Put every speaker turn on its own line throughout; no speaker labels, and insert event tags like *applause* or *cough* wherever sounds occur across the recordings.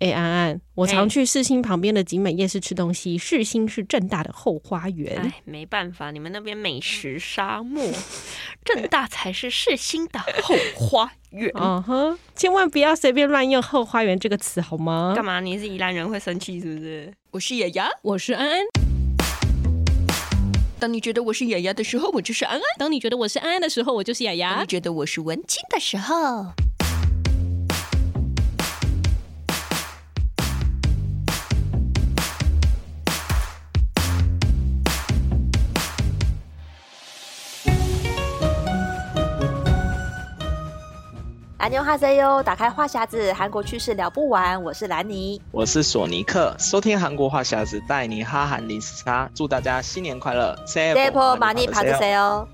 哎、安安，我
哎
常去世新旁边的景美夜市吃东西。世新是正大的后花园，
哎，没办法，你们那边美食沙 *laughs* 漠，正大才是世新的后花 *laughs* 园。
嗯哼，千万不要随便乱用“后花园”这个词好吗？
干嘛？你是宜兰人会生气是不是？我是雅雅。
我是安安。
当你觉得我是雅雅的时候，我就是安安；
当你觉得我是安安的时候，我就是雅
当
雅
你。觉得我是文青的时候，
安妞哈塞哟，打开话匣子，韩国趣事聊不完。我是兰妮，
我是索尼克，收听韩国话匣子带你哈韩零时差，祝大家新年快乐 s
哎
a
这波马尼帕
帕
子谁哦？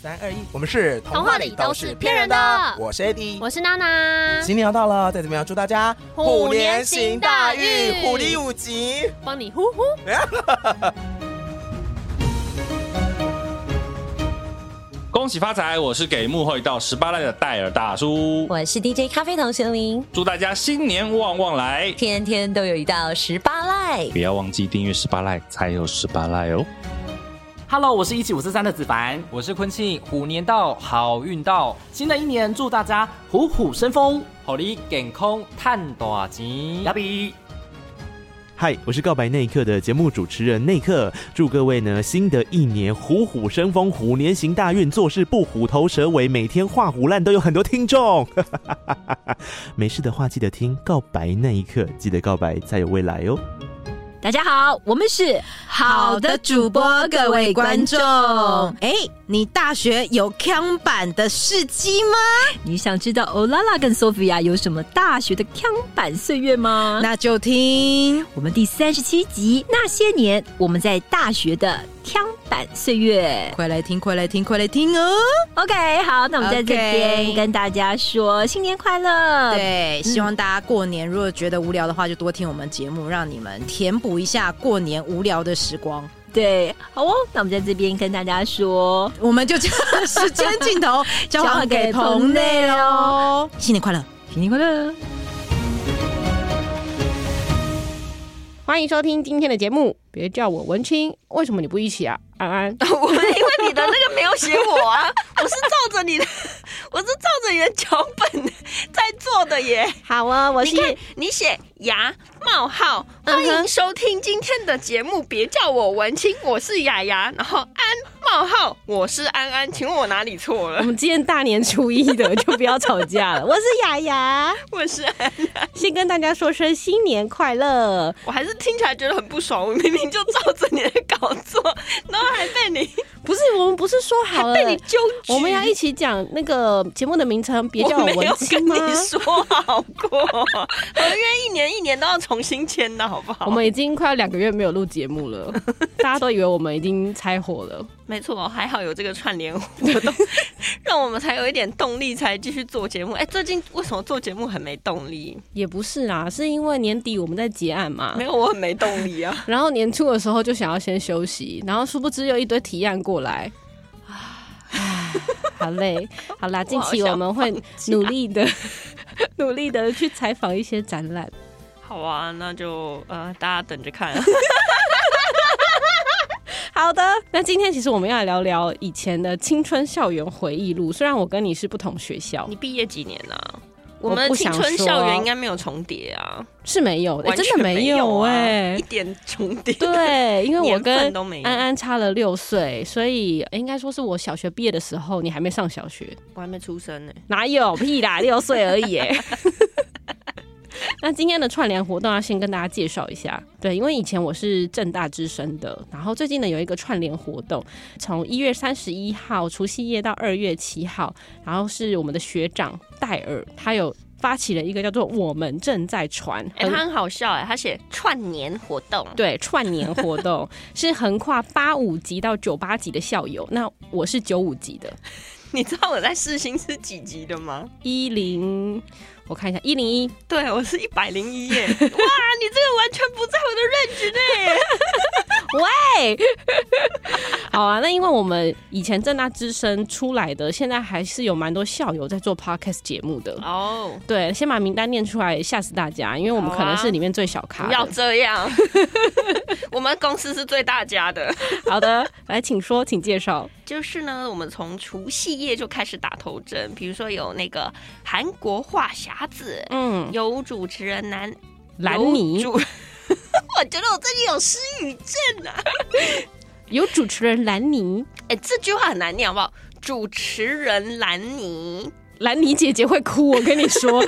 三二一，我们是童
话里都是骗人的
我是 AD，
我是娜娜，
新年要到了，在这边要祝大家
虎年行大运
虎力五级。
帮你呼呼。
恭喜发财！我是给幕后一道十八代的戴尔大叔，
我是 DJ 咖啡糖神灵，
祝大家新年旺旺来！
天天都有一道十八赖。
不要忘记订阅十八赖，才有十八赖哦。
Hello，我是一七五四三的子凡，
我是坤庆，虎年到，好运到，
新的一年祝大家虎虎生风，
虎力健康探大钱。
亚比。
嗨，我是告白那一刻的节目主持人内克，祝各位呢新的一年虎虎生风，虎年行大运，做事不虎头蛇尾，每天画虎烂都有很多听众。 *laughs* 没事的话，记得听告白那一刻，记得告白才有未来哦。
大家好，我们是
好的主播，各位观众，哎，你大学有康版的事迹吗？
你想知道欧拉拉跟 Sophia 有什么大学的康版岁月吗？
那就听
我们第三十七集《那些年我们在大学的康版岁月
快来听，快来听，快来听哦！》。
OK，好，那我们在这
OK
边跟大家说新年快乐。
对，希望大家过年如果觉得无聊的话，就多听我们节目，让你们填补一下过年无聊的时光。
对，好哦，那我们在这边跟大家说
我们就将时间镜头交还给棚内哦喽， *laughs* 新年快乐！
新年快乐。
欢迎收听今天的节目，别叫我文青，为什么你不一起啊？安
*laughs*
安，
*laughs* 我因为你的那个没有写我啊， *laughs* 我是照着你的， *laughs* 我是照着你的脚本在做的耶。 *laughs*
好啊，我
你看，你写牙冒号，欢迎收听今天的节目，别叫我文青，我是雅雅，然后安冒号，我是安安，请问我哪里错
我
了？ *laughs*
们今天大年初一的就不要吵架了。我是雅雅，
我是安，
先跟大家说声新年快乐。
我还是听起来觉得很不爽，我 *laughs* 明明就照着你的稿做，然后还被你
不是，我们不是说好
还
了
被你纠举，
呃我们要一起讲那个节目的名称，别叫
我没
文
有
青
跟
吗？
你说好过，合约一年一年都要重新签的好不好？
我们已经快要两个月没有录节目
*laughs*
了，大家都以为我们已经拆伙了。
没错，还好有这个串联活
*laughs*
动，让我们才有一点动力，才继续做节目。哎、最近为什么做节目很没动力？
也不是啦，是因为年底我们在结案嘛
没，有，我很没动
*laughs*
力啊。
然后年初的时候就想要先休息，然后殊不知又一堆提案过来，唉好累。好
*laughs*
啦，近期我们会努力的、 *laughs* 努力的去采访一些展览。
好啊，那就呃，大家等着
*laughs*
看。
好的，那今天其实我们要来聊聊以前的青春校园回忆录。虽然我跟你是不同学校
你，毕业几年啊？
我
我们
不
的
想
青
说
春校园应该没有重叠啊，
是没有，哎、
完
真
全
的
没
有
啊
哎、
*laughs* 一点重叠。，
对，因为我
年
跟
份都没有
安安差了六岁，所以应该说是我小学毕业的时候，你还没上小学，
我还没出生呢、
哪有屁啦，六岁而已耶。那今天的串联活动要先跟大家介绍一下，对，因为以前我是正大之声的，然后最近呢有一个串联活动，从一月三十一号除夕夜到二月七号，然后是我们的学长戴尔，他有发起了一个叫做“我们正在传”，
哎、
很
他很好笑哎、他写串年活动，
对串年活动 *laughs* 是横跨八五级到九八级的校友，那我是九五级的，
你知道我在世新是几级的吗？
一零，我看一下一零一，
*laughs* 对，我是一百零一耶！哇，你这个完全不在我的 range 内耶。
喂，好啊，那因为我们以前正大之声出来的，现在还是有蛮多校友在做 podcast 节目的哦。对，先把名单念出来吓死大家，因为我们可能是里面最小咖、
不要这样， *laughs* 我们公司是最大家的。
*laughs* 好的，来，请说，请介绍。
就是呢，我们从除夕夜就开始打头阵，比如说有那个韩国话匣子，嗯，有主持人男
兰尼，
有主 *laughs* 我觉得我最近有失语症啊。
有主持人兰尼，
哎、这句话很难念，好不好？主持人兰尼，
兰尼姐姐会哭，我跟你 *laughs* 说，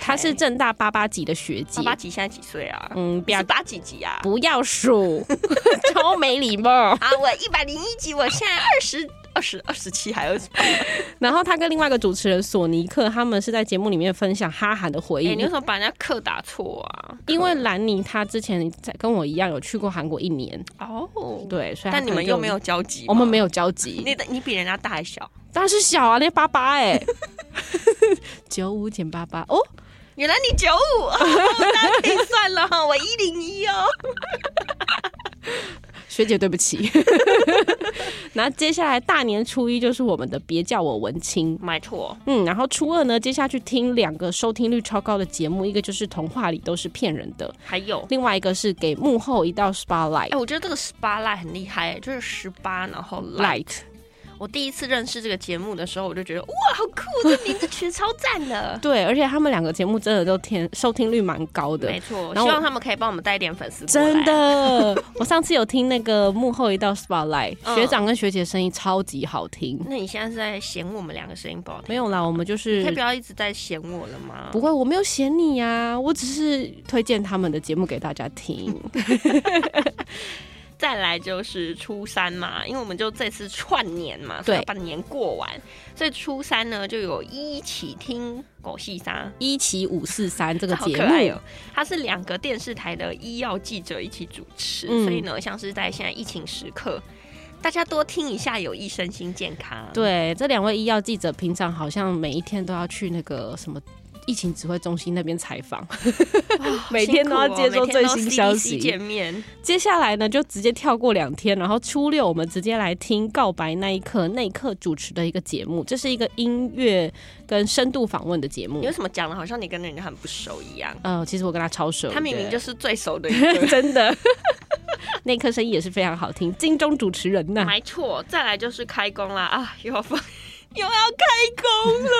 她是正大八八级的学姐
爸，爸几现在几岁啊？
嗯，不要
十八几级啊？
不要数， *laughs* 超没礼貌。
啊，我一百零一级，我现在二十二十二十七还二十八。
*laughs* 哎然后他跟另外一个主持人索尼克，他们是在节目里面分享哈韩的回
哎、
忆。
你为什么把人家课打错啊？
因为兰妮她之前在跟我一样有去过韩国一年，
哦，
对，所以她
但你
可
们
能
又
就
没有，交集，
我们没有交集。
你的你比人家大还小，
当然是小啊，那八八哎，九五减八八哦，
原来你九五， *laughs* 哦那可以算了 *laughs* 哈，我一零一哦。
学姐对不起。 *laughs* 然后接下来大年初一就是我们的别叫我文青，
没错，
嗯，然后初二呢，接下去听两个收听率超高的节目，一个就是《童话里都是骗人的》，
还有，
另外一个是给幕后一道 spotlight
哎、。我觉得这个十八 light 很厉害，就是十八，然后 light。
Light，。
我第一次认识这个节目的时候，我就觉得哇，好酷，这名字取得超赞的
*laughs* 对，而且他们两个节目真的都天收听率蛮高的，
没错，
然后
希望他们可以帮我们带一点粉丝过来
真，的， *laughs* 我上次有听那个幕后一道 spotlight，、
嗯
学长跟学姐声音超级好听。
那你现在是在嫌我们两个声音不好听？
没有啦，我们就
你可以不
是
要一直在嫌我了吗？
不会，我没有嫌你呀、我只是推荐他们的节目给大家 *laughs* 听。
再来就是初三嘛，因为我们就这次串年嘛，所
对
以要把年过完，所以初三呢就有一起听狗戏沙。
一期五四三这个
好
节
可爱
目
哦，！它是两个电视台的医药记者一起主持，
嗯
所以呢，像是在现在疫情时刻，大家多听一下，有益身心健康。，
对，这两位医药记者平常好像每一天都要去那个什么。疫情指挥中心那边采访， *laughs* 哦每天都要接收最新消息嗯
哦每天都 CDC 见面，
接下来呢就直接跳过两天，然后初六我们直接来听《告白那一刻》那一刻主持的一个节目，这是一个音乐跟深度访问的节目
你为。什么讲的好像你跟人家很不熟一样？
呃，其实我跟他超熟的， *laughs*
他明明就是最熟的一个。
真的，那一刻声音也是非常好听，金钟主持人呐、
没错，再来就是开工啦啊，又要放，又要开工了，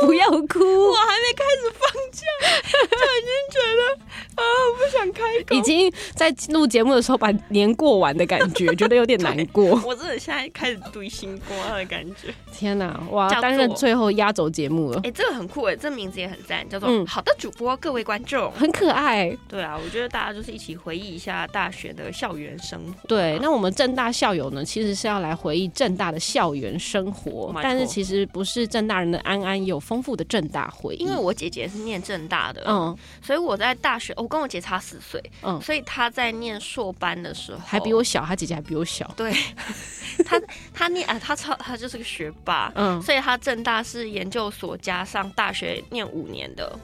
*laughs* 不要哭
我，还没开始放假，就已经觉得啊，我不想开工。
已经在录节目的时候把年过完的感觉，觉得有点难
*laughs*
过。
我真的现在开始堆心瓜的感
*laughs*
觉。
天哪、哇，
叫做
担任最后压轴节目了
哎、，这个很酷哎，这名字也很赞，叫做
嗯
“好的主播”，各位观众。
很可爱。
对啊，我觉得大家就是一起回忆一下大学的校园生活。
对，那我们正大校友呢，其实是要来回忆正大的校园生活
没错，
但是其实不是正大人的安安有丰富的正大回忆，
因为我姐姐是念正大的，嗯，
嗯
所以我在大学，我跟我姐差四岁，
嗯
所以她在念硕班的时候，
还比我小，他姐姐还比我小，
对，她她念啊，她超她就是个学霸，
嗯，
所以她正大是研究所加上大学念五年的，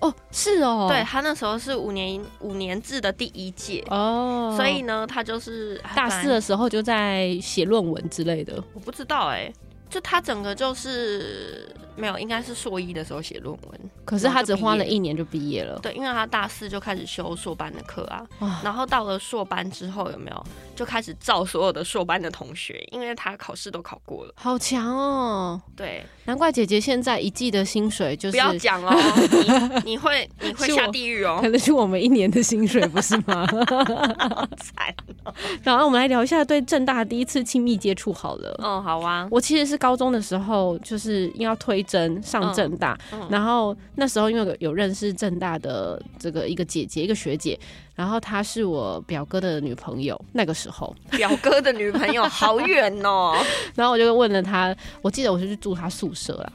哦，是哦，
对，她那时候是五年五年制的第一届，
哦，
所以呢，她就是
大四
的。
的时候就在写论文之类的，
我不知道哎、就他整个就是没有，应该是硕一的时候写论文，
可是他只花了一年就毕业了。
对，因为他大四就开始修硕班的课啊，
哇
然后到了硕班之后有没有就开始照所有的硕班的同学，因为他考试都考过了，
好强哦！
对，
难怪姐姐现在一季的薪水就是
不要讲哦，
*laughs*
你你会你会
是我
下地狱哦
*laughs* 可，能是我们一年的薪水，不是吗？
好惨哦
然后我们来聊一下对正大第一次亲密接触好了。
哦，好啊，
我其实是高中的时候，就是要推甄上正大，
嗯嗯
然后那时候因为有有认识正大的这个一个姐姐，一个学姐，然后她是我表哥的女朋友，那个时候，
表哥的女
*laughs*
朋友好远哦，
然后我就问了她，我记得我是去住她宿舍啦，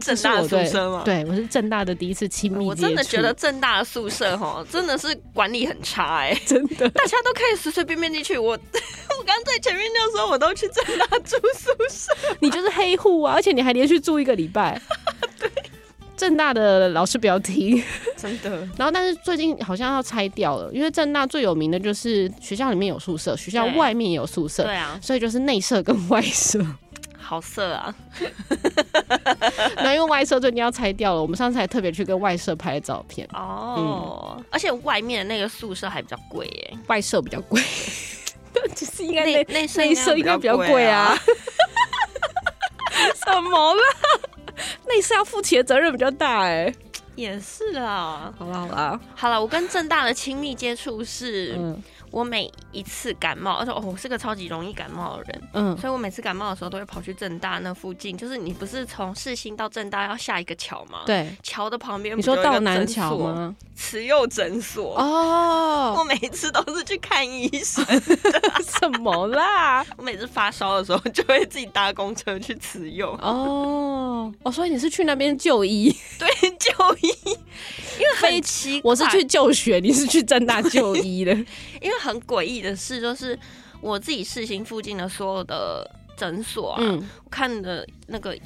正
是
大
我
的宿
对
舍吗？。
对，我是正大的第一次亲密
嗯我
接触，
真的觉得正大的宿舍哈，真的是管理很差哎、
*laughs* 真的
大家都可以随随便便进去。我 *laughs* 我刚在前面就说，我都去正大住宿舍，
*laughs* 你就是黑户啊，而且你还连续住一个礼拜。正大的老师不要听。
真的。
*laughs* 然后，但是最近好像要拆掉了，因为正大最有名的就是学校里面有宿舍，学校
对
外面也有宿舍，
对啊
所以就是内舍跟外舍。 *laughs*
好色啊！
那因为外舍最近要拆掉了，我们上次还特别去跟外舍拍照片，
哦，而且外面的那个宿舍还比较贵耶，
外舍比较贵。 *laughs* 其实应该
内
内
内
设
设
内设应该比较啊贵
贵
啊
啊。
*laughs* 什么啦？内设要负起的责任比较大哎、
也是啦。
好啦好啦，
好了，我跟正大的亲密接触是，
嗯
我每一次感冒，而且哦，我是个超级容易感冒的人，
嗯
所以我每次感冒的时候都会跑去正大那附近，就是你不是从世新到正大要下一个桥吗？
对
桥的旁边
你
不就
说
有一
到
个
南
诊
桥
所？
吗？
慈幼诊所
哦，
*laughs* 我每次都是去看医
*laughs*
生，
什么啦？
我每次发烧的时候就会自己搭公车去慈幼，
哦，哦，所以你是去那边就医？
对， *laughs* 就医，因为很奇怪，
我是去就学，你是去正大就医的。
因为很诡异的事，就是我自己市心附近的所有的诊所啊，
嗯
我看的那个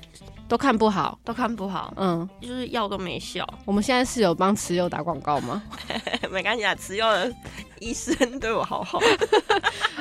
都看不好。
都看不好，
嗯，
就是药都没效。
我们现在是有帮慈幼打广告吗？
*laughs*
*laughs*
没关系啊，吃药的医生对我好好。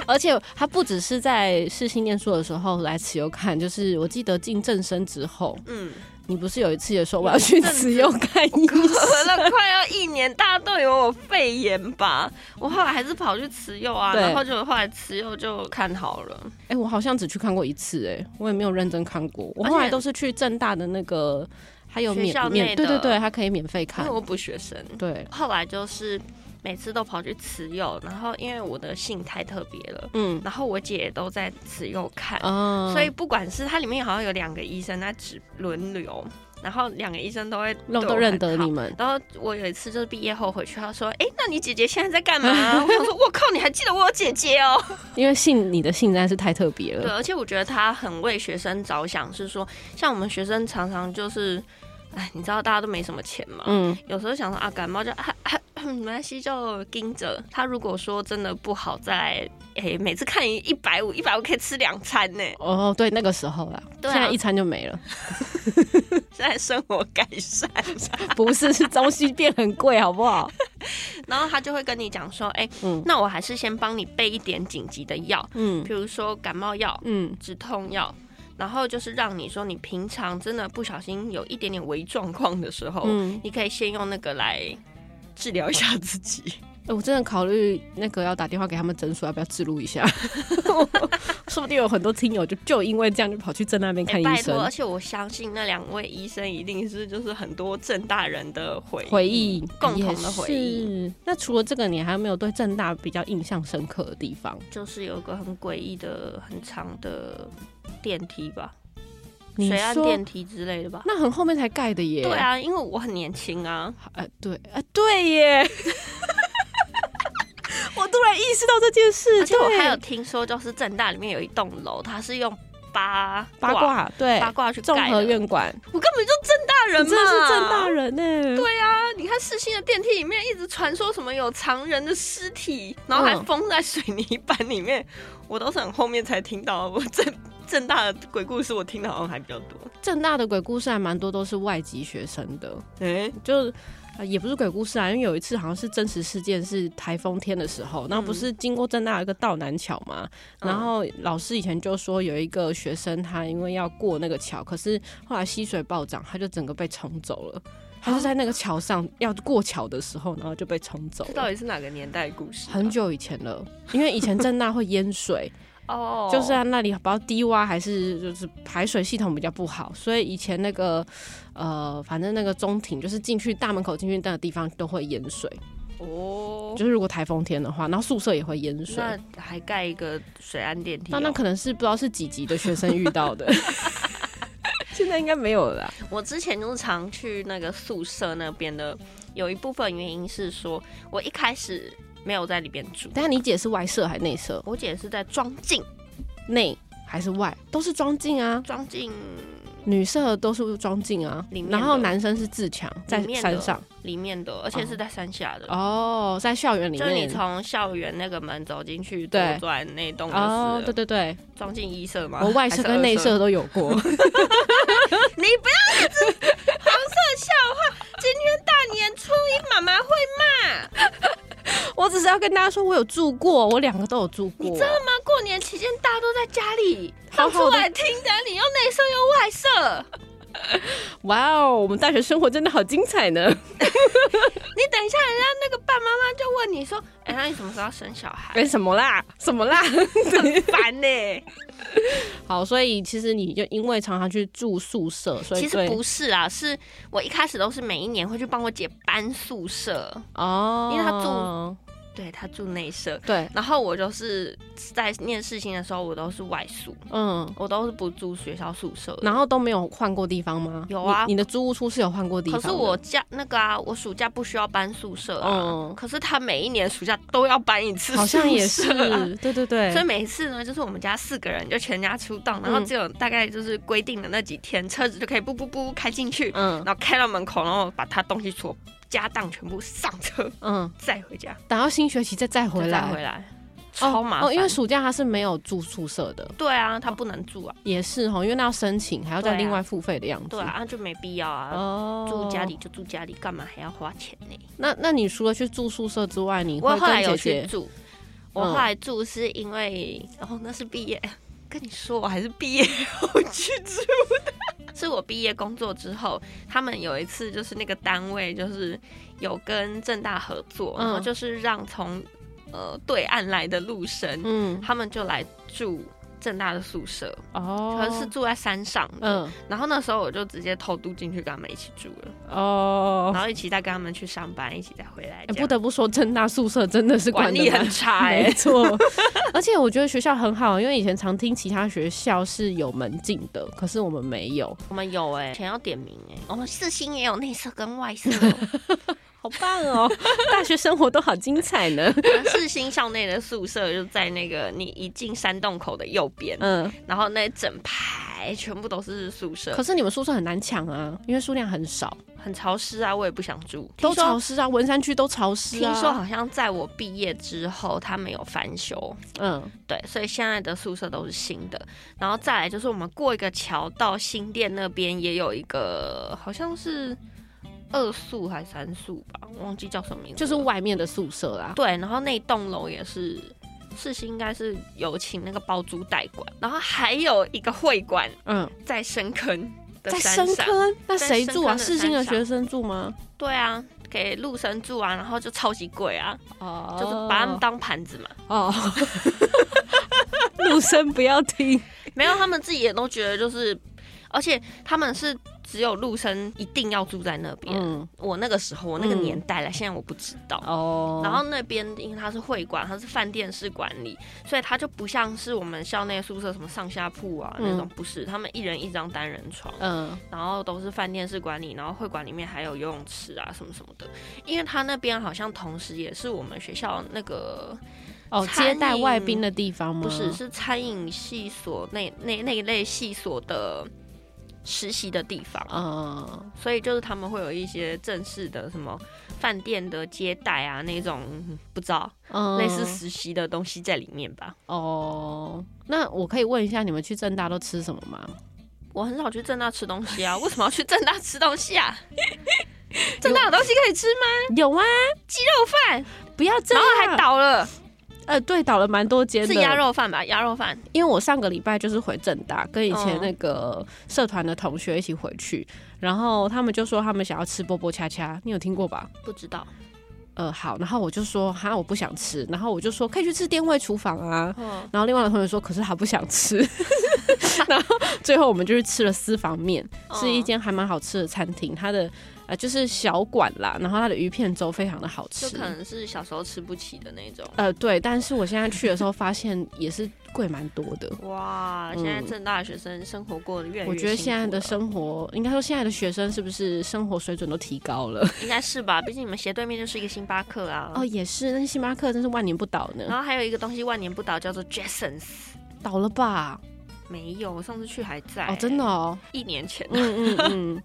而且他不只是在世新念书的时候来慈幼看，就是我记得进正生之后，
*laughs* 嗯，
你不是有一次也说我要去慈幼看医
可
生？
了快要一年，大家都以为我肺炎吧？我后来还是跑去吃药啊，
对
然后就后来吃药就看好了。
哎、我好像只去看过一次、哎，我也没有认真看过。我
而且
后来都是去正大的那个，还有
学
免
校内
免，对对
的
对，他可以免费
因
看
为。我补学生，
对，
后来就是每次都跑去吃药，然后因为我的姓太特别了，
嗯，
然后我姐也都在吃药看，
哦
所以不管是它里面好像有两个医生在只轮流，然后两个医生都会
都
对
都
我
认
很
得
好
你们
然后我有一次就是毕业后回去，他说：“哎、那你姐姐现在在干嘛、
*laughs*
我想说：“我靠，你还记得我有姐姐哦
因为姓你的姓真的是太特别！”
对，
了。
而且我觉得他很为学生着想，是说像我们学生常常就是，哎，你知道大家都没什么钱嘛，
嗯，
有时候想说啊，感冒就啊啊，没关系，就盯着。他如果说真的不好，再来，哎、每次看一百五，一百五可以吃两餐呢、
哦，对，那个时候啦，
对啊
现在一餐就没了， *laughs*
现在生活改善。
不是是东西变很贵，好不好？
*laughs* 然后他就会跟你讲说，哎、
嗯
*laughs* 那我还是先帮你备一点紧急的药，
嗯
比如说感冒药、
嗯，
止痛药，然后就是让你说你平常真的不小心有一点点微状况的时候，
嗯
你可以先用那个来治疗一下自
*laughs*
己。
哎我真的考虑那个要打电话给他们诊所，要不要记录一下？ *laughs* 说不定有很多听友就就因为这样就跑去正那边看
哎
医
拜托，
生
而。且我相信那两位医生一定是就是很多正大人的回忆
回忆
共同的回忆。
也是。那除了这个，你还有没有对正大比较印象深刻的地方？
就是有一个很诡异的、很长的电梯吧，
你
水岸
说
电梯之类的吧。
那很后面才盖的耶。
对，啊，因为我很年轻啊，
呃，对，啊，对耶。 *laughs* 我突然意识到这件事，
而且我
对
还有听说，就是正大里面有一栋楼，它是用八
八卦，对，
八卦去
综
盖
合
的。
院馆，
我根本就正大人
你
嘛，
真的是正大。人呢。
对啊，你看世新的电梯里面一直传说什么有藏人的尸体，然后还
嗯
封在水泥板里面，我都是很后面才听到。我正正大的鬼故事我听的好像还比较多。
正大的鬼故事还蛮多，都是外籍学生的。
哎、
就、呃、也不是鬼故事啊，因为有一次好像是真实事件，是台风天的时候，那不是经过正大有一个道南桥嘛，
嗯
然后老师以前就说有一个学生他因为要过那个桥，可是后来溪水暴涨，他就整个被冲走了。他就在那个桥上要过桥的时候，然后就被冲走
这到
了。
底是哪个年代的故事啊、
很久以前了，因为以前正大会淹水，
哦，
就是啊在那里不知道低洼还是就是排水系统比较不好，所以以前那个呃，反正那个中庭就是进去大门口进去那个地方都会淹水，
哦，
就是如果台风天的话，然后宿舍也会淹水。
那还盖一个水岸电梯、哦
那那可能是不知道是几级的学生遇到
*laughs*
的，现在应该没有了啦。
我之前就是常去那个宿舍那边的，有一部分原因是说我一开始没有在里边住，
但你姐是外设还是内设？
我姐是在装进
内还是外？都是装进啊。
装进
女色都是装进啊
里，面的
然后男生是自强，在
里面的
山上
里面的，而且是在山下的。
哦，在校园里
就是你
面。
从校园那个门走进去，
对
左转那栋就是
哦
了，
对对对，
装进一社吗？
我外
*laughs* 还
设
是
跟
二
内设都有过。
你不要一直 *laughs* 黄色笑话。今天大年初一，妈妈会骂。
我只是要跟大家说，我有住过，我两个都有住过。
你知道吗？过年期间大家都在家里
好
放
好
出
的
来听的，你又内射又外射。
哇哦，我们大学生活真的好精彩呢！
*laughs* 你等一下，人家那个爸妈妈就问你说：“哎、那你什么时候要生小孩
哎，什么啦？什么啦？？”
很 *laughs* 烦呢、
*laughs* 好，所以其实你就因为常常去住宿舍，所以
其实
对
不是啊，是我一开始都是每一年会去帮我姐搬宿舍，
哦，
因为他住对她住内舍，
对，
然后我就是在念世新的时候，我都是外宿，
嗯，
我都是不住学校宿舍的。
然后都没有换过地方吗？
有啊
你你的租屋处是有换过地
可
方的，
是我假那个啊，我暑假不需要搬宿舍啊。
嗯
可是他每一年暑假都要搬一次、啊
好像也
*laughs*
是，对对对，
呃
嗯
所以每一次呢，就是我们家四个人就全家出动，然后只有大概就是规定的那几天，车子就可以不不不开进去，
嗯
然后开到门口，然后把他东西所家当全部上车，
嗯，
再回家，
等到新学期再再回
再
来，
再回来，超麻烦。
哦，因为暑假他是没有住宿舍的，
对啊，他不能住啊，
也是哦哈，因为那要申请，还要再
对啊
另外付费的样子。
对啊，啊就没必要啊，
哦
住家里就住家里，干嘛还要花钱呢？
那那你除了去住宿舍之外，你
我
会
后来
跟姐
有去
姐嗯
住，我后来住是因为，然、后、那是毕业，跟你说我还是毕业后去住的， *laughs* 是我毕业工作之后，他们有一次就是那个单位就是有跟正大合作，
嗯
然后就是让从呃对岸来的陆生，
嗯
他们就来住正大的宿舍，
哦，
可是是住在山上的，
嗯
然后那时候我就直接偷渡进去跟他们一起住了，
哦
然。后一起再跟他们去上班，一起再回来
哎
这样，
不得不说，正大宿舍真的是管得
管理
蛮
很差
*laughs*
哎
没
*laughs*
错。而且我觉得学校很好，因为以前常听其他学校是有门禁的，可是我们没有。
我们有哎、想要点名哎、我们四星也有内射跟外射，哦
好棒哦！大学生活都好精彩
*laughs*
呢。
四星校内的宿舍就在那个你一进山洞口的右边，
嗯，
然后那整排全部都是宿舍，
可是你们宿舍很难抢啊，因为数量很少，
很潮湿啊，我也不想住，
都
听说
潮。湿啊，文山区都潮湿啊。
听说好像在我毕业之后，他们有翻修，
嗯，
对，所以现在的宿舍都是新的。然后再来就是我们过一个桥到新店那边也有一个，好像是二宿还是三宿吧，忘记叫什么名字了，
就是外面的宿舍啦。
对，然后那栋楼也是，世新应该是有请那个包租代管，然后还有一个会馆
嗯，
在深坑的
在
山上，
深坑，那
在
谁
深
住啊？
坑的
世新的
山上
学生住吗？
对啊，给陆生住啊，然后就超级贵啊，
哦
就是把他们当盘子嘛，
哦， *laughs* 陆生不要
*laughs*
听。
没有，他们自己也都觉得就是，而且他们是只有陆生一定要住在那边。
嗯，
我那个时候，我那个
嗯
年代了，现在我不知道。
哦，
然后那边因为它是会馆，它是饭店式管理，所以它就不像是我们校内宿舍什么上下铺啊、
嗯
那种，不是，他们一人一张单人床，
嗯
然后都是饭店式管理，然后会馆里面还有游泳池啊什么什么的。因为它那边好像同时也是我们学校那个
哦，
餐
接待
饮
外宾的地方吗？
不是是餐饮系所那那那一类系所的实习的地方，
嗯，
所以就是他们会有一些正式的什么饭店的接待啊那种，不知道。
嗯
类似实习的东西在里面吧。
哦。那我可以问一下，你们去正大都吃什么吗？
我很少去正大吃东西啊，为什么要去正大吃东
*laughs*
西啊？正大有东西可以吃吗？
有啊，
鸡肉饭，
不要这
然
样，
后还倒了，
呃，对，倒了蛮多啊间的，
是鸭肉饭吧？鸭肉饭，
因为我上个礼拜就是回正大，跟以前
嗯
那个社团的同学一起回去，然后他们就说他们想要吃波波恰恰，你有听过吧？
不知道。
呃，好，然后我就说哈，我不想吃，然后我就说可以去吃店味厨房啊。
嗯，
然后另外的同学说，可是他不想吃。 *laughs* 然后最后我们就去吃了私房面，
嗯
是一间还蛮好吃的餐厅，它的呃就是小馆啦，然后它的鱼片粥非常的好
就
吃
可。能是小时候吃不起的那种。
呃，对，但是我现在去的时候发现也是贵蛮多的。
哇，
嗯
现在正大的学生生活过得越来越
我觉得
辛苦
现在的
了
生活，应该说现在的学生是不是生活水准都提高了？
应该是吧，毕竟你们斜对面就是一个星巴克啊。
哦，也是，那星巴克真是万年不倒
然
呢，
后还有一个东西万年不倒，叫做 Jasons，
倒了吧？
没有，我上次去还在、
哦真的哦，
一年前，
嗯嗯
*laughs* 嗯，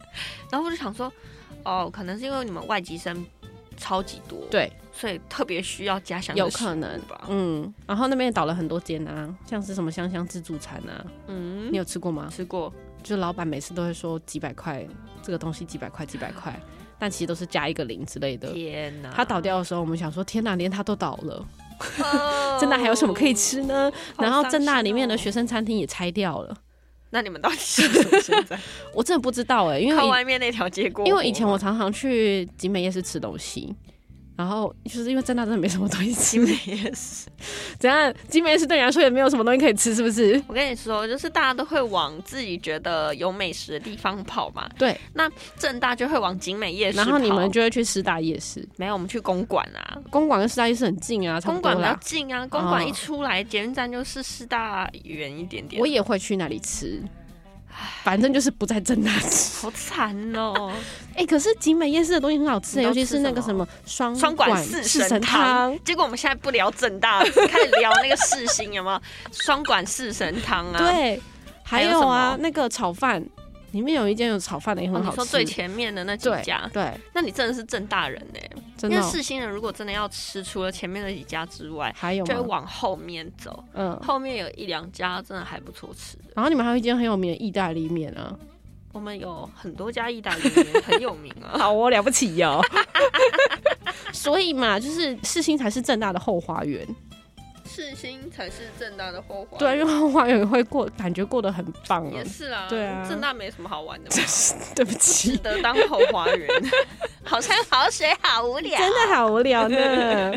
然后我就想说，哦，可能是因为你们外籍生超级多，
对，
所以特别需要家乡的
有
食
可
物
能
吧，
嗯，然后那边也倒了很多间啊，像是什么香香自助餐啊，
嗯
你有吃过吗？
吃过，
就老板每次都会说几百块，这个东西几百块，几百块，但其实都是加一个零之类的。
天哪，
他倒掉的时候，我们想说，天哪，连他都倒了，
哦
正大还有什么可以吃呢？
好
然后
伤
正大
心
里面的
哦
学生餐厅也拆掉了，
那你们到底是什么现在？
我真的不知道哎、 *laughs* 因为
靠
以
外面那条街过活吗，
因为以前我常常去集美夜市吃东西，然后就是因为正大真的没什么东西吃，
也是。
怎样？集美夜市对你来说也没有什么东西可以吃，是不是？
我跟你说，就是大家都会往自己觉得有美食的地方跑嘛。
对，
那正大就会往景美夜市跑，
然后你们就会去师大夜市，
没有我们去公馆啊，
公馆跟师大夜市很近啊，差
公
不多
馆比较
啦。
近啊，公馆
哦
一出来，捷运站就是师大远一点点。
我也会去那里吃，反正就是不在正大吃。
好惨哦，
哎、可是集美夜市的东西很好吃、欸
你都
尤
吃
其是那个什么双
双
管
管四
四
神
汤
汤。。 *laughs* 结果我们现在不聊正大，开始聊那个世新有
*laughs*
没有？双管四神汤啊，
对，还
还有
有
什
啊
么，
那个炒饭，里面有一间有炒饭的也
哦，
很好
你
吃。
说最前面的那几
对
家，
对，
那你真的是正大人呢、
真的
因
哦
为世新人如果真的要吃，除了前面那几家之外，
还有
就会
吗
往后面走。
嗯
后面有一两家真的还不错吃的。
然后你们还有一间很有名的意大利面啊，
我们有很多家意大
*laughs*
利面很有名啊。
好哦，了不起 *laughs* 哟、所以嘛，就是世新才是正大的后花园，
世新才是正大的后花园
对啊，因为后花园会过，感觉过得很棒啊
也。是啦，
对啊
正大没什么好玩
*laughs*
的嘛，
对不起
值，得当后花园。 *laughs* 好山好水好无
*laughs*
聊，
真的好无聊 *laughs* 呢。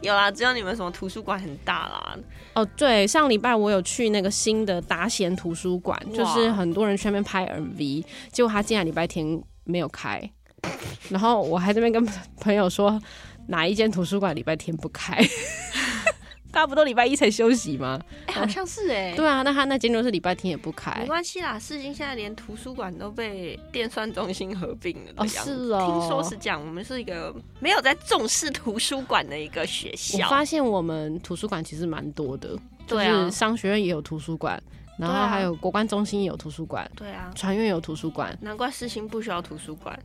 有啦，只有你们什么图书馆很大啦，
哦，对，上礼拜我有去那个新的达贤图书馆，
哇
就是很多人去那边拍 MV，结果他竟然礼拜天没有开，然后我还这边跟朋友说哪一间图书馆礼拜天不 *laughs* 开，大家不都礼拜一才休息吗？
哎、好像是哎、
*laughs* 对啊，那他那间就是礼拜天也不
没
开。
关系啦，世新现在连图书馆都被电算中心合并了的
哦
样子
是哦
听说是这样。我们是一个没有在重视图书馆的一个学
我
校，
发现我们图书馆其实蛮多的，就
对啊
是商学院也有图书馆，然
对
后
啊
还有国关中心也有图书馆，
对啊，
传院有图书馆，
难怪世新不需要图书馆，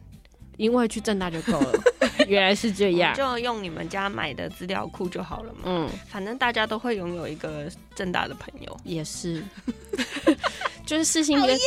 因为去正大就够 *laughs* 了。原来是这
我
样
们，就用你们家买的资料库就好了嘛。
嗯，
反正大家都会拥有一个正大的朋友。
也
*laughs*
是，就是世新跟
哦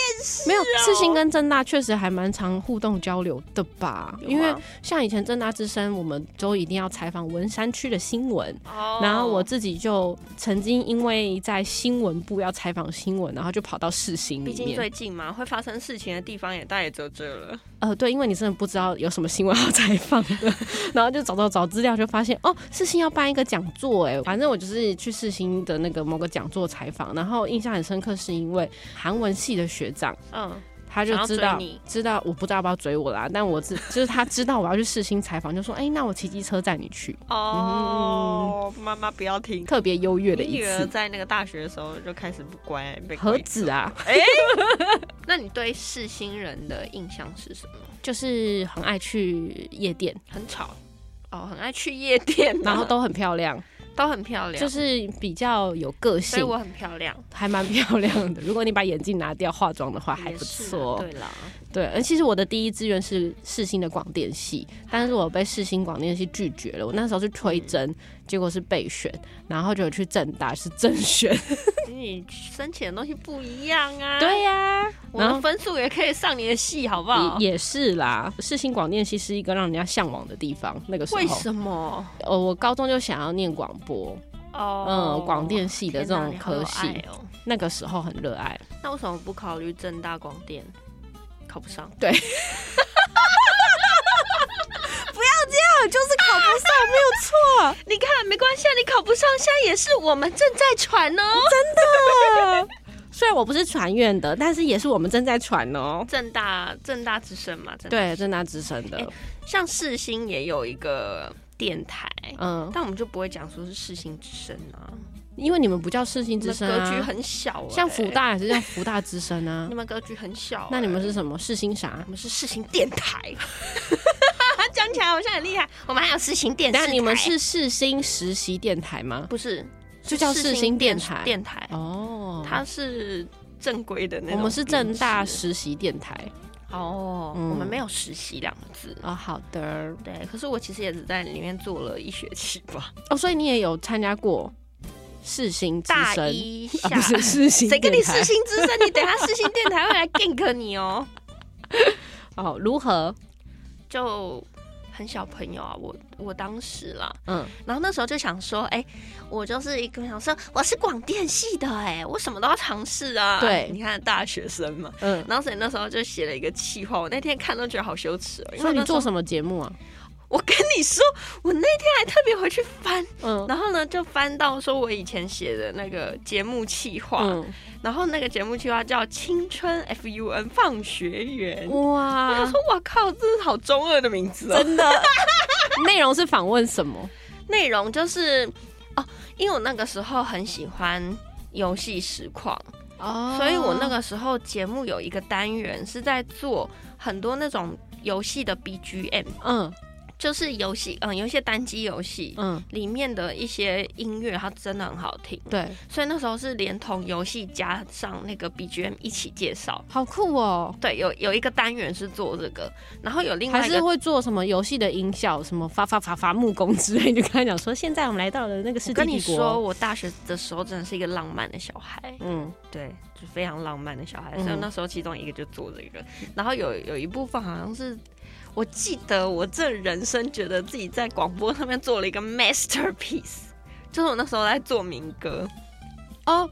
没有世新跟正大确实还蛮常互动交流的吧？
有吗啊
因为像以前正大之声，我们都一定要采访文山区的新闻。
哦
然后我自己就曾经因为在新闻部要采访新闻，然后就跑到世新
毕
里
竟最
面。
近嘛，会发生事情的地方也大也只有这了。
呃，对，因为你真的不知道有什么新闻好采访的，然后就找找找资料，就发现哦，世新要办一个讲座，哎，反正我就是去世新的那个某个讲座采访，然后印象很深刻，是因为韩文系的学长。
嗯，
他就知
想要
道
追你
知道我不知道要不要追我啦，但我知就是他知道我要去世新采访，就说哎、那我骑机车载你去，
哦，妈妈不要听。
特别优越的
你
一
女儿
次，
在那个大学的时候就开始不乖，被
何
拐
止啊，
那你对世新人的印象是什么？
就是很爱去夜店，
很吵哦，很爱去夜店啊、
然
*laughs*
后都很漂亮，
都很漂亮，
就是比较有个
啊所以
性，
我很漂亮，
还蛮漂亮的。如 *laughs* 果你把眼镜拿掉，化妆的话还
也
不
是啊
错。
对啦，
对，而其实我的第一志愿是世新的广电系，但是我被世新广电系拒绝了。我那时候是推
嗯
甄，结果是备选，然后就去正大是正选。
你申请的东西不一样啊。
对、呀、
我
然
的
后
分数也可以上你的戏，好不好？
也也是啦，世新广电系是一个让人家向往的地方。那个时候，
为什么？
呃，我高中就想要念广播，
哦，
嗯，广电系的这
天哪
种科系，
你好有爱啊哦。
那个时候很热爱。
那为什么不考虑正大广电？考不上，
对，
就是考不上，没有错。
你看没关系，啊，你考不上，现在也是我们正在传哦。
*laughs* 虽然我不是传院的，但是也是我们正在传哦。
正大正大之声嘛，正大
对，正大之声的，
哎像世新也有一个电台，
嗯，
但我们就不会讲说是世新之声啊，
因为你们不叫世新
你
之
们
声、
格
啊，
局很小、欸，
像福，大也是叫福大之声啊
你。们格局很小欸、
那你们是什么世新啥
我？们是世新电台， *laughs* 讲起来好像很厉害。我们还有世新电视
但
台，
你们是世新实习电台吗？
不是？
就叫世新电台
电台
哦，
它是正规的那
我
种。
们是正大实习电台
哦，
嗯
我们没有实习两个字
哦，好的
对，可是我其实也只在里面做了一学期吧，
哦，所以你也有参加过世新之
大
声
一
啊，
下。
不是世新
谁
电台，
跟你世新
*laughs*
之声？你等一下世新电台会来 gank 你哦。
哦？如何？
就很小朋友啊，我我当时啦，
嗯，
然后那时候就想说，哎、我就是一个想说我是广电系的、哎，我什么都要尝试啊。
对
你看大学生嘛，
嗯
然后所以那时候就写了一个企划，我那天看都觉得好羞耻哦。因为
所以你
那时候
做什么节目啊？
我跟你说，我那天还特别回去翻，
嗯
然后呢就翻到说我以前写的那个节目企划，
嗯
然后那个节目企划叫《青春 FUN 放学园》。我
哇
*laughs* 想，说，哇靠，这是好中啊二的名字哦！
真的，内容是访问什么？
内容就是哦，因为我那个时候很喜欢游戏实况，
哦
所以我那个时候节目有一个单元是在做很多那种游戏的 BGM，
嗯
就是游戏，嗯，有一些单机游戏，
嗯，
里面的一些音乐它真的很好听，
对，
所以那时候是连同游戏加上那个 BGM 一起介绍。
好酷哦。
对，有有一个单元是做这个，然后有另外
还
一
是
个
会做什么游戏的音效，什么发发发发木工之类，就跟他讲说，现在我们来到了那个世界
我跟你
帝
说，
国。
我大学的时候真的是一个浪漫的小孩，
嗯，
对，就非常浪漫的小孩。
嗯
所以那时候其中一个就做这个，然后有有一部分好像是，我记得我这人生觉得自己在广播上面做了一个 masterpiece，就是我那时候在做民歌，
哦，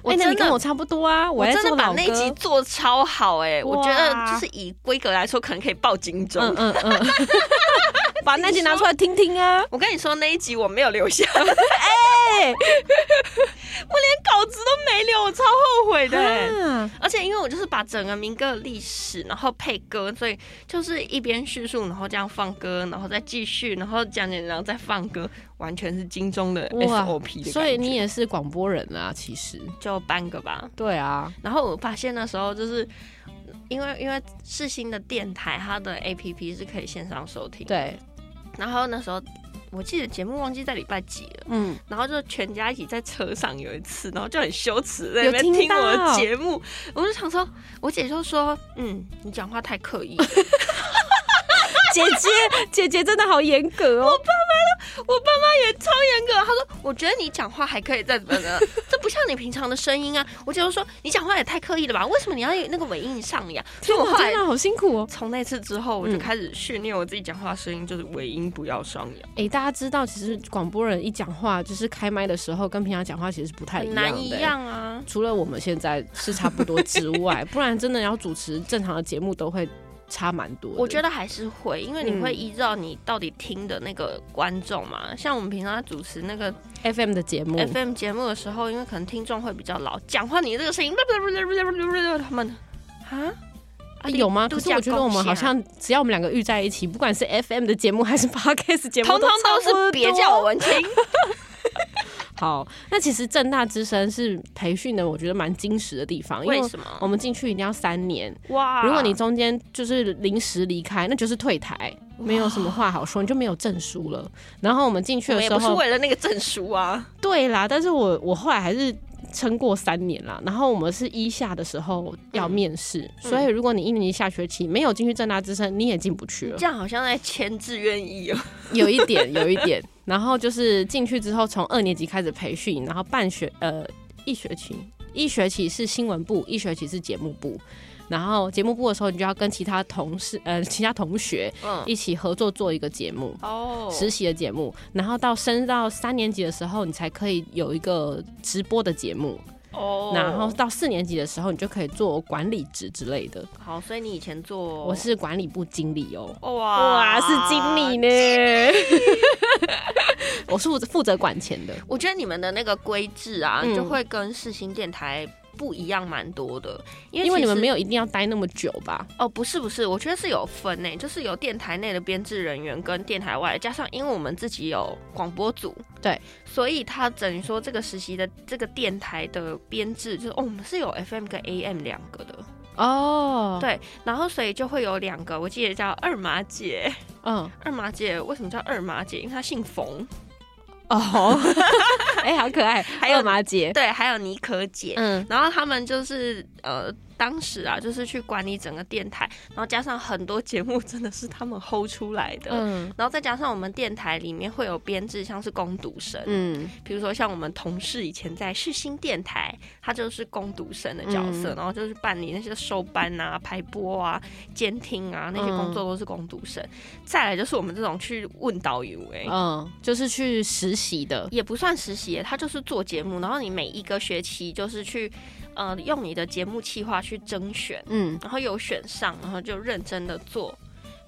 我
哎那
真
你跟
的
我差不多啊，
我
还
真的
做
把
老
那
歌
集做超好哎、我觉得
哇
就是以规格来说，可能可以报金钟。
嗯嗯嗯，把那集拿出来听听啊。
我跟你说，那一集我没有留下，
*laughs*
哎、我连稿子都没留，我超后悔的、哎
啊
而且因为我就是把整个民歌的历史，然后配歌，所以就是一边叙述，然后这样放歌，然后再继续，然后讲讲讲再放歌，完全是金钟的 SOP 的感觉。
所以你也是广播人啊，其实。
就搬个吧。
对啊，
然后我发现那时候就是因为因为世新的电台它的 APP 是可以线上收听，。
对，
然后那时候我记得节目忘记在礼拜几了。
嗯，
然后就全家一起在车上有一次，然后就很羞耻在那边
有
听
听
我的
到
节目，我就想说，我姐就说，嗯，你讲话太刻 *laughs* 意了。
姐姐，姐姐真的好严格哦。
我爸妈也超严格，他说，我觉得你讲话还可以再怎么呢， *laughs* 这不像你平常的声音啊。我姐就说，你讲话也太刻意了吧？为什么你要有那个尾音上扬？所以我
我
后来
天啊，好辛苦哦。
从那次之后，我就
嗯
开始训练我自己讲话的声音，就是尾音不要上扬，
哎、大家知道，其实广播人一讲话，就是开麦的时候，跟平常讲话其实是不太一
很
样的、
难一样啊。
除了我们现在是差不多之外，不然真的要主持正常的节目都会差蛮多的。
我觉
得
得还是会，因为你
嗯
会依照你到底听的那个观众嘛。像我们平常在主持那个
FM 的节目
FM 节目的时候，因为可能听众会比较老，讲话你这个声音，他们啊
啊有吗？可是我觉得我们好像只要我们两个遇在一起，不管是 FM 的节目还是 *laughs* Podcast 节目，
通通都
差不
是
多
别叫我文青。
好。那其实正大之声是培训的，我觉得蛮矜持的地方，因
为
为
什
我
么？
们进去一定要三年。
哇！
如果你中间就是临时离开，那就是退台，没有什么话好说，你就没有证书了。然后我们进去
我
的
们也
时
不是
候，
为了那个证书啊，
*laughs* 对啦，但是我我后来还是撑过三年啦。然后我们是一下的时候要面试，
嗯
所以如果你一年级下学期没有进去正大之声，你也进不去了
这。样好像在签志愿意哦。
*laughs* 有一点，有一点。然后就是进去之后，从二年级开始培训，然后半学呃一学期，一学期是新闻部，一学期是节目部。然后节目部的时候，你就要跟其他同事呃其他同学
嗯，
一起合作做一个节目。
哦
实习的节目，然后到升到三年级的时候，你才可以有一个直播的节目，
哦
然后到四年级的时候，你就可以做管理职之类的。
好，所以你以前做
我是管理部经理哦，
哦哇
哇，是经理。呢， *laughs* 我是负责负责管钱的。
我觉得你们的那个规制啊，
嗯
就会跟世新电台不一样蛮多的，因为
因为你们没
有
有一定要待那么久吧？
哦，不是不是，我觉得是有分呢，就是有电台内的编制人员跟电台外的，加上因为我们自己有广播组，
对，
所以他等于说这个实习的这个电台的编制，就是哦，我们是有 FM 跟 AM 两个的，
哦，
对然后所以就会有两个，我记得叫二麻姐，
嗯，
二麻姐为什么叫二麻姐？因为她姓冯，
哦，哎、好可爱，
还有
马姐，
*laughs* 对，还有妮可姐，
嗯
嗯，然后他们就是呃，当时啊，就是去管理整个电台，然后加上很多节目真的是他们 hold 出来的，
嗯
嗯，然后再加上我们电台里面会有编制，像是攻读生，
嗯
嗯，比如说像我们同事以前在世新电台，他就是攻读生的角色，
嗯
然后就是办理那些收班啊、排播啊、监听啊那些
嗯
工作都是攻读生，再来就是我们这种去问导游、哎，
嗯，就是去实习的，
也不算实习耶，他就是做节目，然后你每一个学期就是去，呃，用你的节目企划去甄选，
嗯
然后有选上，然后就认真的做。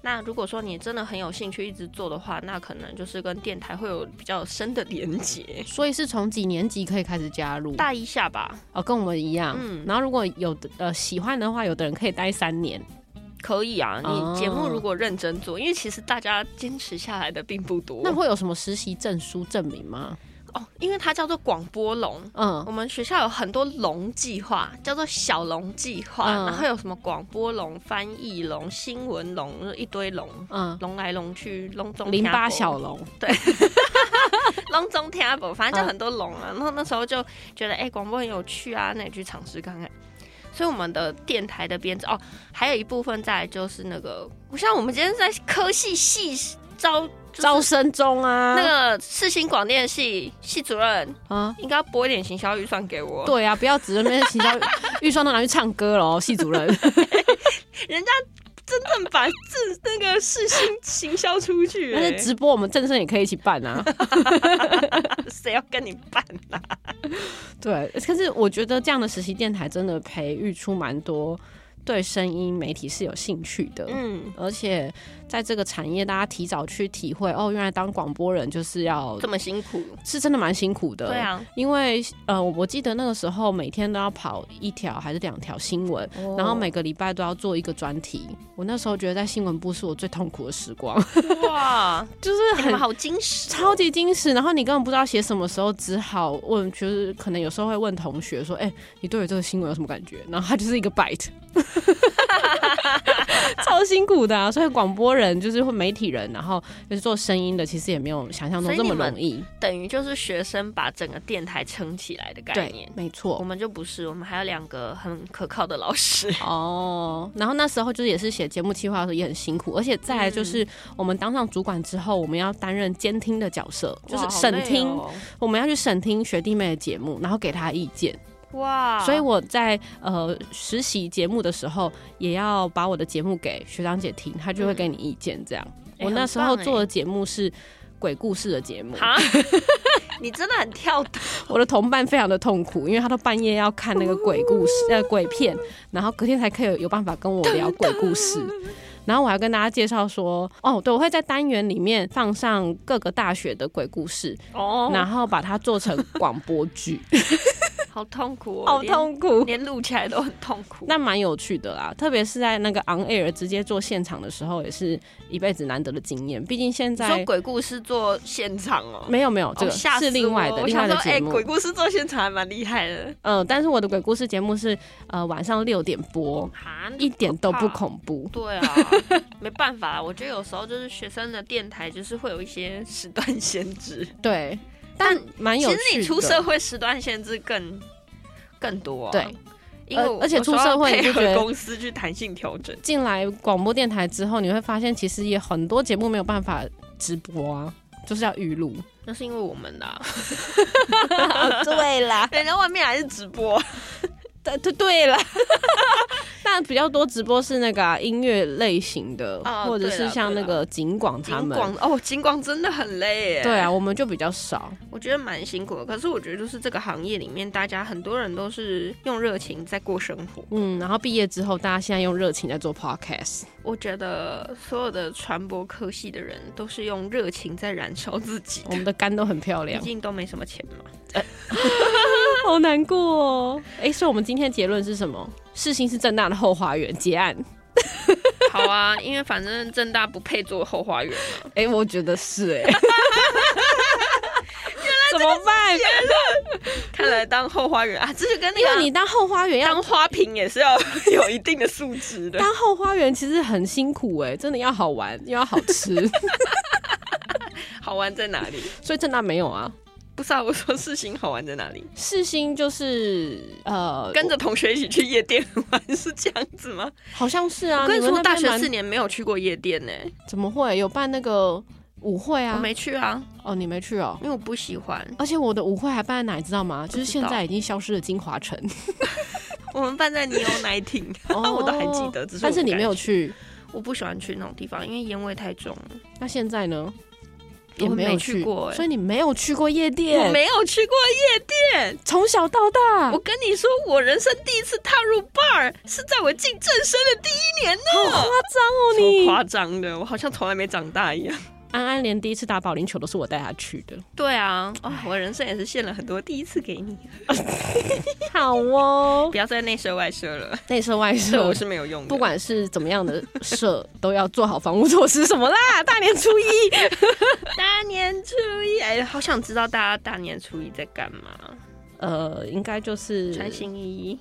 那如果说你真的很有兴趣一直做的话，那可能就是跟电台会有比较深的连接。
所以是从几年级可以开始加入？
大一下吧，
哦，跟我们一样。
嗯
然后如果有的呃喜欢的话，有的人可以待三年。
可以啊，
哦
你节目如果认真做，因为其实大家坚持下来的并不多。
那会有什么实习证书证明吗？
哦，因为它叫做广播龙，
嗯
我们学校有很多龙计划，叫做小龙计划，
嗯
然后有什么广播龙、翻译龙、新闻龙，就是一堆龙，
嗯
龙来龙去，龙中
零八
听无
小龙，
龙中听不，反
嗯
正就很多龙啊。然后那时候就觉得，哎、广播很有趣啊，那你去尝试看看。所以我们的电台的编制哦，还有一部分在就是那个，不像我们今天在科系系招
招生中啊。
那个世新广电系系主任
啊，
应该要拨一点行销预算给我。
对啊，不要只是那边行销预算都拿去唱歌哦
*laughs*
喽，系主任。
人家真正把自那个事情行销出去、欸，
但是直播我们正生也可以一起办
*laughs*
啊。
谁要跟你办啦、
对，可是我觉得这样的实习电台真的培育出蛮多对声音媒体是有兴趣的，
嗯，
而且在这个产业，大家提早去体会哦，原来当广播人就是要
这么辛苦，
是真的蛮辛苦的，
对啊，
因为呃，我我记得那个时候每天都要跑一条还是两条新闻，
哦
然后每个礼拜都要做一个专题，我那时候觉得在新闻部是我最痛苦的时
*laughs*
光。*laughs*
啊哇，
就是
你
很
们好矜持哦、
超级矜持，然后你根本不知道写什么时候，只好问，就是可能有时候会问同学说：“哎、你对于这个新闻有什么感觉？”然后他就是一个 bite，超辛苦的、啊。所以广播人就是会媒体人，然后就是做声音的，其实也没有想象
所
中
以
这
你
么
们
容易。
等于就是学生把整个电台撑起来的概
对
念，。
没错。
我们就不是，我们还有两个很可靠的老师。
哦，然后那时候就是也是写节目计划的时候也很辛苦，而且再来就是我们当上主管之后，我们要担任监听的角色，就是
哇好
审
累
听，
哦
我们要去审听学弟妹的节目，然后给他意见。
哇
所以我在呃实习节目的时候，也要把我的节目给学长姐听，她就会给你意见。这样，
哎
我那
很
时候
棒哎
做的节目是鬼故事的节目，
啊，你真的很跳脱，
我的同伴非常的痛苦，因为他都半夜要看那个鬼故
*laughs*
事呃鬼片，然后隔天才可以有办法跟我聊鬼故
*laughs*
事。然后我还跟大家介绍说，哦，对，我会在单元里面放上各个大学的鬼故事，
哦
然后把它做成广播剧。
好痛苦、哦，
好
连
痛苦
连录起来都很痛苦。
那蛮有趣的啦，特别是在那个 on air 直接做现场的时候，也是一辈子难得的经验。毕竟现
你说
在
鬼故事做现场哦？
没有没有，这个
哦吓死
是另外
我
的
我
另外
想
的
说，
节
哎、
目。
鬼故事做现场还蛮厉害的。
嗯，但是我的鬼故事节目是呃晚上六点播，一点都不恐怖。
啊 *laughs*
*laughs*
对啊，没办法，啊我觉得有时候就是学生的电台就是会有一些时段限
*laughs*
制，
对，但蛮有
其
趣
实
的。
你出社会时段限制更更多、啊。
对，
因为
而
我
而且出社会
有
你
时
就
候
觉
要配
得
合公司去弹性调整。
进来广播电台之后，你会发现其实也很多节目没有办法直播啊，就是要预录。
那是因为我们 *laughs* 的、啊，
哦
对啦，
人哎家外面还是直播，
*laughs* 对对对了，但比较多直播是那个啊、音乐类型的，
哦
或者
对
是
啦
像那个景广他
金
们。
广哦，金广真的很累耶。
对啊，我们就比较少。
我觉得蛮辛苦的。可是我觉得就是这个行业里面，大家很多人都是用热情在过生活。
嗯，然后毕业之后，大家现在用热情在做 *laughs* podcast。
我觉得所有的传播科系的人都是用热情在燃烧自己
我们的肝都很漂
毕
亮，
竟都没什么钱嘛。
*laughs* 好难过哦。哎，所以我们今天结论是什么？世新是正大的后花园，结案。
好啊，因为反正正大不配做后花园嘛。
哎，我觉得是 *laughs* 哎。怎么办？
看来当后花园啊，这就跟那
因
个啊、
为你当后花园要
当花瓶也是要有一定的素质的。
当后花园，其实很辛苦哎、真的要好玩又要好吃。
好好玩在哪里？
*laughs* 所以正大没有啊。
不是啊，我说世新好玩在哪里？
世新就是呃，
跟着同学一起去夜店玩是这样子吗？
好像是啊。
我跟
你
你
们
说，
那
大
边
学
蛮
四年没有去过夜店呢、
怎么会有办那个舞会啊？
我没去啊，
哦，你没去哦，
因为我不喜欢。
而且我的舞会还办在哪，你知道吗？就是现
道
在已经消失了金华城，
我们办在 Neo *laughs* Nineteen，
哦
*laughs* 啊我都还记得。只是
但是你没有
我不敢去，
去，
我不喜欢去那种地方，因为烟味太重了。
那现在呢？
我
也没有
没去过欸
所以你没有去过夜店，
我没有去过夜店，
从小到大，
我跟你说，我人生第一次踏入 bar 是在我进正生的第一年呢，
好夸张哦你！
夸张的，我好像从来没长大一样。
安安连第一次打保龄球都是我带她去的，
*laughs* 对啊，啊、我人生也是献了很多第一次给 *laughs* 你，
好哦
*laughs* 不。要再内射外射了，
内射外
对
射
我是没有用的。
不管是怎么样的社，都要做好防护措施什么
*laughs*
啦。大年初一，
大年初一，哎，好想知道大家大年初一在干嘛？
呃，应该就是
穿新衣，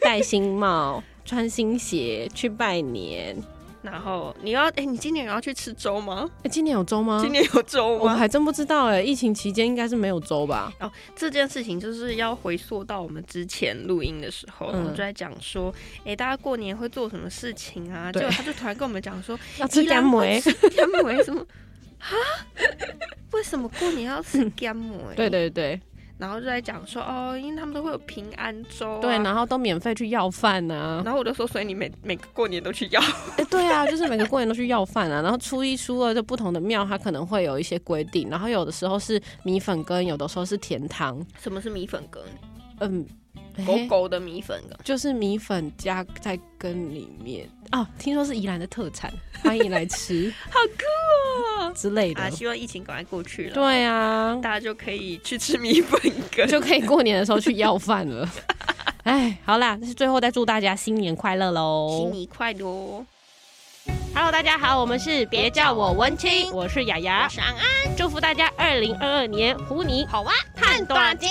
戴新帽、穿新鞋去拜年。
然后你要，哎，你今年有要去吃粥吗？
哎、今年有粥吗？
今年有粥
我
吗？
还真不知道哎、疫情期间应该是没有粥吧？
哦，这件事情就是要回溯到我们之前录音的时候，
嗯
我就在讲说，哎，大家过年会做什么事情啊？结
对
果他就突然跟我们
*laughs*
讲说，哎
要吃
干
干梅，
干
*laughs*
梅什么啊？为什么过年要吃干梅？
对对对
然后就在讲说，哦，因为他们都会有平安粥、啊，
对，然后都免费去要饭啊。
然后我就说，所以你每每个过年都去要，
哎，对啊，就是每个过年都去要饭啊，然后初一、初二就不同的庙，它可能会有一些规定，然后有的时候是米粉羹，有的时候是甜汤，
什么是米粉羹？
嗯，
狗
哎
狗的米粉羹。
就是米粉加在羹里面哦，听说是宜兰的特产，欢迎来吃 *laughs*
好酷哦！
之类
啊，
的。
希望疫情赶快过去了，
对啊，
大家就可以去吃米粉
*laughs*
羹，
就可以过年的时候去要饭了。 *laughs* 哎，好啦，那是最后再祝大家新年快乐
新
喽！
年快乐哦！
Hello，大家好，我们是别叫我文青，我
啊
是雅雅
我，是安安，
祝福大家二零二二年虎年
好啊，
看短
金。